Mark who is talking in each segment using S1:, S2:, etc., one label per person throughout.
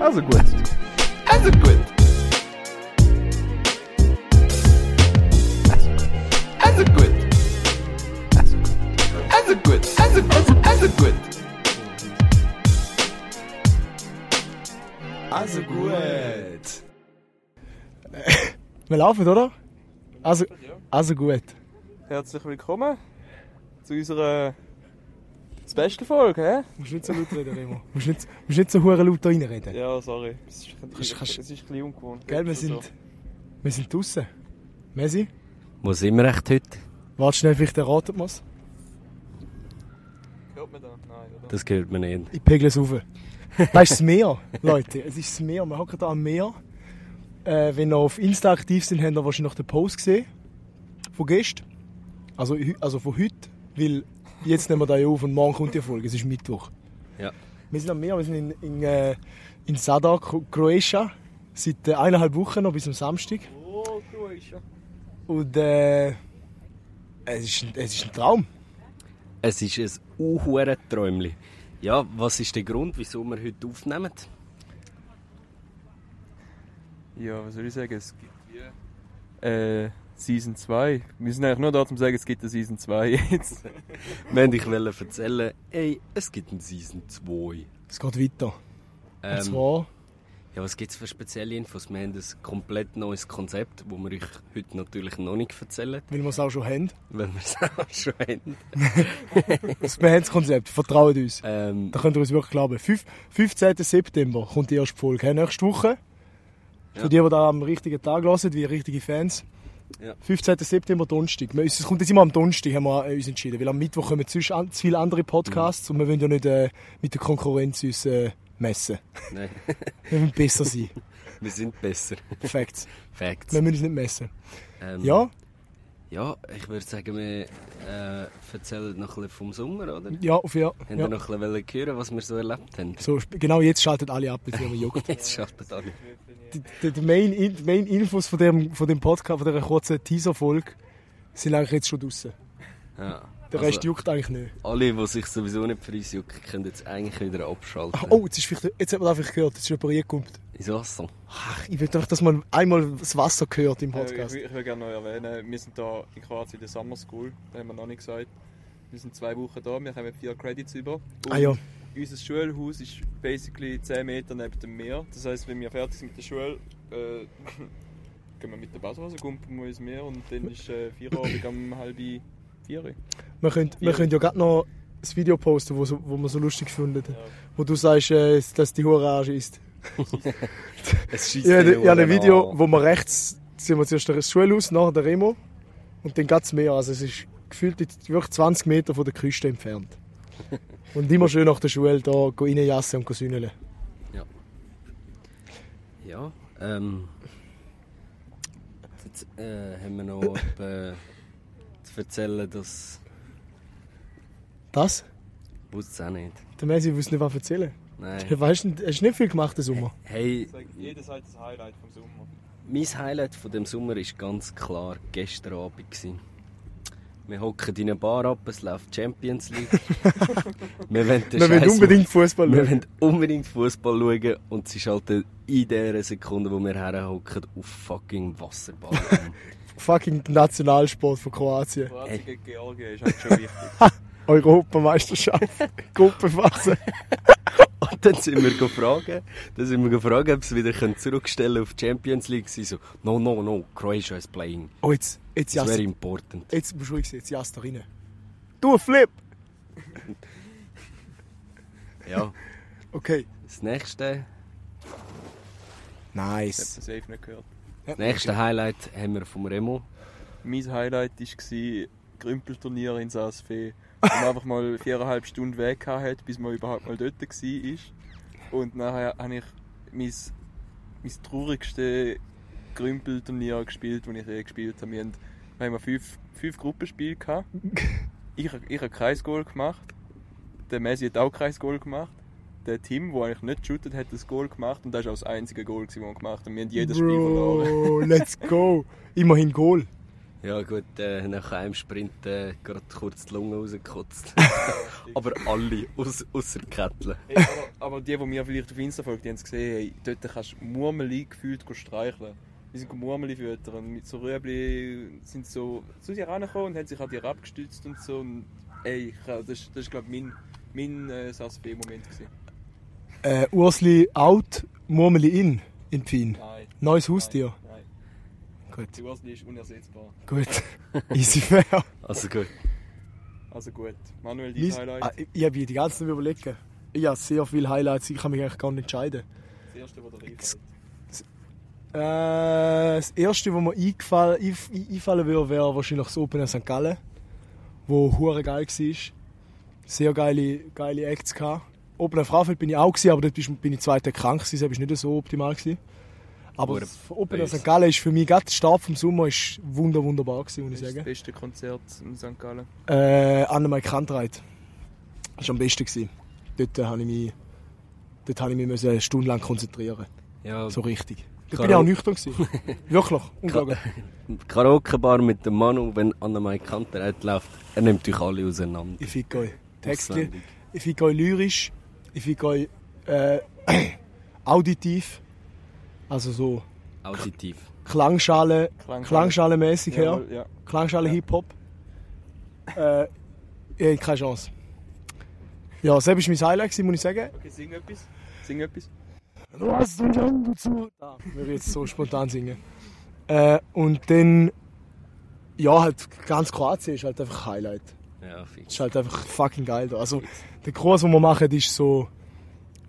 S1: Also gut.
S2: Also gut. Also gut. Also gut. Also also also gut. Also gut.
S3: Wir laufen, oder? Also, also gut.
S4: Herzlich willkommen zu unserer Special-Folge,
S3: Musst nicht so laut reden, Remo. Musst nicht, musst nicht so hure laut da reinreden.
S4: hä? Ja, sorry. Es ist, ein
S3: Kannst-
S4: bisschen-
S3: kannst-
S4: es ist ein bisschen ungewohnt.
S3: Gell, wir
S4: Also
S3: sind,
S4: so.
S3: wir sind draussen. Messi,
S2: Wo sind wir echt heute?
S3: warte schnell, vielleicht erratet man es.
S4: Hört man da? Nein, oder?
S2: Das gehört mir nicht.
S3: Ich pegle es auf. Das ist das Meer, Leute. Es ist das Meer. Wir hocken hier am Meer. Äh, wenn ihr auf Insta aktiv sind, habt ihr wahrscheinlich den Post gesehen. Von gestern. Also, hü- also von heute. Weil jetzt nehmen wir da auf und morgen kommt die Folge. Es ist Mittwoch.
S2: Ja.
S3: Wir sind am Meer. Wir sind in, in, äh, in Sadar, Kro- Kroatien. Seit äh, eineinhalb Wochen noch bis am Samstag.
S4: Oh, Croatia.
S3: Und äh, es, ist, ein- es ist ein Traum.
S2: Es ist ein unhure Träumchen. Ja, was ist der Grund, wieso wir heute aufnehmen?
S4: Ja, was soll ich sagen? Es gibt wie... Äh, Season 2. Wir sind eigentlich nur da, um zu sagen, es gibt eine Season 2 jetzt.
S2: Wenn ich wollte erzählen, ey, es gibt eine Season 2.
S3: Es geht weiter. Und
S2: Ähm,
S3: zwar,
S2: ja, was gibt es für spezielle Infos? Wir haben ein komplett neues Konzept, das wir euch heute natürlich noch nicht erzählen,
S3: weil wir es auch schon haben,
S2: weil wir es auch schon haben.
S3: das Bandskonzept, vertraut uns.
S2: Ähm,
S3: Da könnt ihr uns wirklich glauben. Fünf- 15. September kommt die erste Folge. hä? Nächste Woche. Für
S2: Ja.
S3: die, die da am richtigen Tag hören, wie richtige Fans.
S2: Ja.
S3: 15. September, Donnerstag. Wir- Es kommt jetzt immer am Donnerstag, haben wir äh, uns entschieden. Weil am Mittwoch kommen sonst an- zu viele andere
S2: Mhm.
S3: Podcasts und wir wollen ja nicht äh, mit der Konkurrenz uns äh, messen.
S2: nein,
S3: Wir wollen besser sein.
S2: wir sind besser.
S3: Facts.
S2: Facts.
S3: Wir müssen uns nicht messen.
S2: Ähm,
S3: Ja,
S2: Ja, ich würde sagen, wir äh, erzählen noch ein bisschen vom Sommer, oder?
S3: ja, auf ja.
S2: Haben
S3: ja.
S2: ihr noch ein bisschen hören, was wir so erlebt haben?
S3: So, sp- genau jetzt schaltet alle ab, bis jemand juckt.
S2: Jetzt schaltet alle.
S3: Die, die, die, main, in- die main Infos von dem, von dem Podcast, von dieser kurzen Teaser-Folge, sind eigentlich jetzt schon draussen.
S2: Ja.
S4: Also-
S2: Also,
S3: Der Rest juckt eigentlich nicht.
S2: alle, die sich sowieso nicht für uns jucken, können jetzt eigentlich wieder abschalten.
S3: Ah, Oh, jetzt, ist vielleicht, jetzt hat man das vielleicht gehört, jetzt ist jemand reingekommen.
S2: Ins Wasser.
S3: Ach, ich will doch, dass man einmal das Wasser gehört im
S4: Äh,
S3: Podcast.
S4: Ich, ich will gerne noch erwähnen, wir sind hier in Kroatien in der Summer School, das haben wir noch nicht gesagt. Wir sind zwei Wochen da, wir haben vier Credits über. Und
S3: Ah ja,
S4: Unser Schulhaus ist basically 10 Meter neben dem Meer. Das heisst, wenn wir fertig sind mit der Schule, äh, gehen wir mit der Badhose, kumpeln wir ins Meer und dann ist äh, Feierabend um halb vier.
S3: wir können, wir
S4: Ja.
S3: können ja gerade noch das Video posten, wo, so, wo wir so lustig gefunden haben. Wo du sagst, äh, dass die Horange ist.
S2: Es schießt
S3: Ich habe ich habe ein Video, wo man rechts sind wir zuerst das Schulhaus, nachher der Remo und dann geht es mehr. Also es ist gefühlt jetzt wirklich 20 Meter von der Küste entfernt. Und immer schön nach der Schule da reinjassen und sünneln.
S2: Ja, ähm... Jetzt äh, haben wir noch etwa zu erzählen, dass...
S3: Das?
S2: Ich wusste es auch nicht.
S3: Der Messi wusste nicht, was erzählen.
S2: Nein.
S3: Weißt du, hast du nicht viel gemacht den Sommer?
S2: Hey,
S4: Jedes hat das Highlight vom Sommer.
S2: mein Highlight von dem Sommer war ganz klar gestern Abend. Gewesen. Wir hocken in einer Bar ab, es läuft Champions League. wir wollen, den
S3: Wir wollen
S2: Scheiss-
S3: unbedingt Fußball
S2: Wir
S3: schauen.
S2: wollen unbedingt Fußball schauen und sie schalten in der Sekunde, wo wir herhocken, auf fucking Wasserball. an.
S3: Fucking Nationalsport von Kroatien.
S4: Kroatien gegen Georgien ist halt schon wichtig.
S3: Europameisterschaft. Gruppenphase.
S2: und dann sind wir gefragt, dann sind wir gefragt, ob sie wieder können zurückstellen auf die Champions League. Sie so, no, no, no, Croatia is playing.
S3: Oh, jetzt, jetzt
S2: It's very
S3: jasst.
S2: important.
S3: Jetzt musst du ruhig sein, jetzt jasst da rein. Du, Flip!
S2: Ja.
S3: Okay.
S2: Das nächste,
S4: Ich habe
S3: Nice.
S4: das safe nicht gehört.
S2: das nächste Highlight haben wir vom Remo.
S4: Mein Highlight war Krümpelturnier in Saas-Fee, wo man einfach mal viereinhalb Stunden Weg gehabt hat, bis man überhaupt mal dort war. Und nachher habe ich mein, mein traurigste Krümpelturnier gespielt, das ich je gespielt habe. Wir haben, wir haben fünf, fünf Gruppenspiele. Gehabt. Ich, ich habe kein Goal gemacht. Der Messi hat auch kein Goal gemacht. Der Tim, der eigentlich nicht shootet, hat das Goal gemacht. Und das war auch das einzige Goal, das wir gemacht haben. Wir haben jedes Spiel verloren.
S3: Bro, let's go. Immerhin Goal.
S2: Ja gut, äh, nach einem Sprint äh, gerade kurz die Lunge rausgekotzt. Aber alle, aus, außer Kettle.
S4: Ey, aber, aber die, die mir vielleicht auf Insta folgen, die haben es gesehen, hey, dort kannst du Murmeli gefühlt streicheln. Wir sind Murmeli füttern und mit so Rüebli sind so zu dir rangekommen und haben sich an dir abgestützt und so. Und, ey, ich, äh, das war, das glaube ich, mein, mein äh, SASB-Moment.
S3: Äh, Ursli out, Murmeli in, in Pfin.
S4: Nein.
S3: Neues Haustier.
S4: Nein, nein.
S3: Gut,
S4: Die Ursli ist unersetzbar.
S3: gut. Easy fair.
S2: Also gut.
S4: Also gut. Manuel, dein
S3: Mis
S4: Highlight.
S3: ah, ich ich habe die ganze Zeit überlegen. Ich habe sehr viele Highlights, ich kann mich eigentlich gar nicht entscheiden.
S4: Das erste, was dir
S3: Ex-
S4: einfällt.
S3: Äh, das erste, was mir eingefallen, einf- ein- einfallen würde, wäre wahrscheinlich das Open Air St. Gallen, wo hure geil war. Sehr geile, geile Acts gehabt. Open Air Frauenfeld bin ich auch gewesen, aber dort bist- bin ich zwei Tage krank gewesen, deshalb war nicht so optimal gewesen. Aber
S2: Hure
S3: das Open Air
S2: böse.
S3: St. Gallen ist für mich gerade der Start vom Sommer ist wunder wunderbar gewesen, muss
S4: Das ist
S3: ich
S4: das
S3: sagen.
S4: beste Konzert in St. Gallen.
S3: Äh, Annemai Kantreit. Das war am besten gewesen. Dort habe ich mich, dort habe ich mich müssen eine Stunde lang konzentrieren,
S2: Ja,
S3: so richtig. Dort bin ich
S2: Karo-
S3: auch nüchtern gewesen. Wirklich, unglaublich.
S2: Karaoke-Bar mit dem Manu, wenn Annemai Kanter läuft, er nimmt euch alle auseinander.
S3: Ich fick euch textlich,
S2: Auswendig.
S3: ich fick euch lyrisch, ich fick euch äh, auditiv, also so
S2: Auditiv.
S3: Klangschale,
S4: Klangschale.
S3: Klangschalenmäßig her,
S4: Jawohl, ja.
S3: Klangschale Hip-Hop. Äh, ihr habt keine Chance. Ja, das war mein Highlight, gewesen, muss ich sagen.
S4: Okay, sing etwas. Sing etwas.
S3: Du hast mich angezogen. Ah, wir würden jetzt so spontan singen. Äh, und dann, ja, halt ganz Kroatien ist halt einfach Highlight.
S2: Ja, fix.
S3: ist halt einfach fucking geil da. Also der Kurs, den wir machen, ist so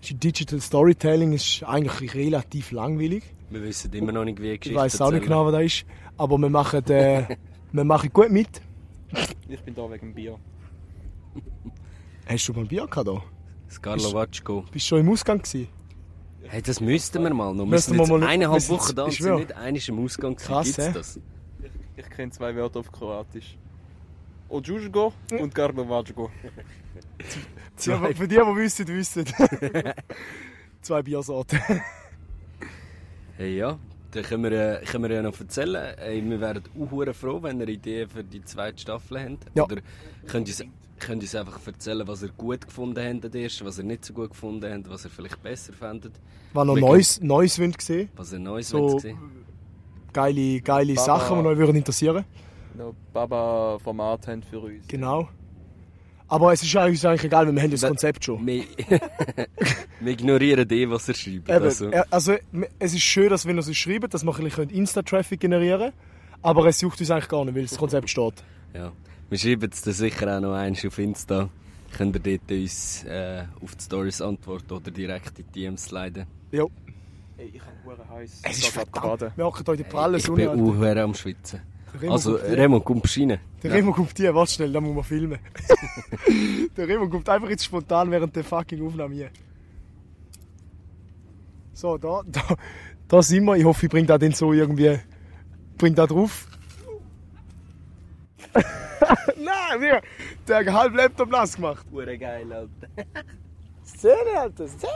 S3: ist Digital Storytelling ist eigentlich relativ langweilig.
S2: Wir wissen immer noch nicht, wie die
S3: Ich
S2: Geschichte
S3: weiß auch nicht
S2: erzählen.
S3: genau, was das ist, aber wir machen, äh, wir machen gut mit.
S4: Ich bin da wegen dem Bier.
S3: Hast du mal ein Bier gehabt? Da?
S2: Scarlo Watschko.
S3: Bist du schon im Ausgang gewesen?
S2: Hey, das müssten wir mal noch. Wir
S3: Müssen
S2: sind
S3: wir
S2: jetzt
S3: mal- wir
S2: eineinhalb
S3: sind-
S2: Wochen da und
S3: ich
S2: sind
S3: schwör.
S2: nicht einmal im Ausgang. gewesen.
S3: Krass,
S2: Gibt's
S3: hä?
S2: das?
S4: Ich kenne zwei Wörter auf Kroatisch. Odjužgo und Gardovačgo.
S3: Ja, aber für die, die wissen, wissen. Zwei Biersorten.
S2: Hey, ja. Dann können wir, äh, können wir ja noch erzählen. Hey, wir wären auch hure froh, wenn ihr Ideen für die zweite Staffel habt.
S3: Ja.
S2: Oder könnt ihr könnt uns einfach erzählen, was ihr gut gefunden habt an der ersten, was ihr nicht so gut gefunden habt, was ihr vielleicht besser findet,
S3: War noch
S2: Wir
S3: Neues, Neues wollt gesehen.
S2: was ihr Neues
S3: So-
S2: so. sehen
S3: Geile, geile
S4: Baba.
S3: Sachen, die euch würden interessieren.
S4: Noch Baba-Format haben für uns.
S3: Genau. Aber es ist uns eigentlich egal, weil wir haben ja das
S2: Wel-
S3: Konzept schon.
S2: wir, wir ignorieren die, was ihr schreibt.
S3: Eben,
S2: Also,
S3: äh, also m- es ist schön, dass wenn ihr es schreibt, dass wir ein bisschen Insta-Traffic generieren können. Aber es sucht uns eigentlich gar nicht, weil das Konzept steht.
S2: ja. Wir schreiben es dann sicher auch noch eins auf Insta. Könnt ihr dort uns äh, auf die Stories antworten oder direkt in die DMs leiten.
S3: Ja.
S4: Ey, ich habe hure heiß.
S3: Es ist verdammt. Wir hocken heute in der prallen
S2: Äh, Ich bin
S3: Sonne. Alter.
S2: auch hure am Schwitzen.
S3: Der Remo
S2: Also,
S3: kommt hier.
S2: Remo, komm rein.
S3: Der Remo kommt hier, warte schnell, da muss man filmen. der Remo kommt einfach jetzt spontan während der fucking Aufnahme hier. So, da, da, da sind wir. Ich hoffe, ich bringe da den so irgendwie. Bringt da drauf. Nein, wir, der hat halb Laptop nass gemacht.
S2: Hure geil, Alter.
S3: Szene, Alter, Szene!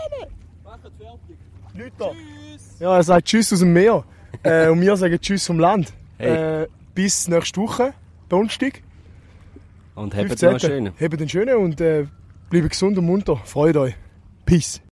S4: Macht fertig.
S3: Leute da.
S4: Tschüss.
S3: Ja, er sagt Tschüss aus dem Meer. Äh, und wir sagen Tschüss vom Land.
S2: Hey.
S3: Äh, bis nächste Woche, Donnerstag.
S2: Und habt noch einen schönen.
S3: Hebt einen schönen und äh, bleibt gesund und munter. Freut euch. Peace.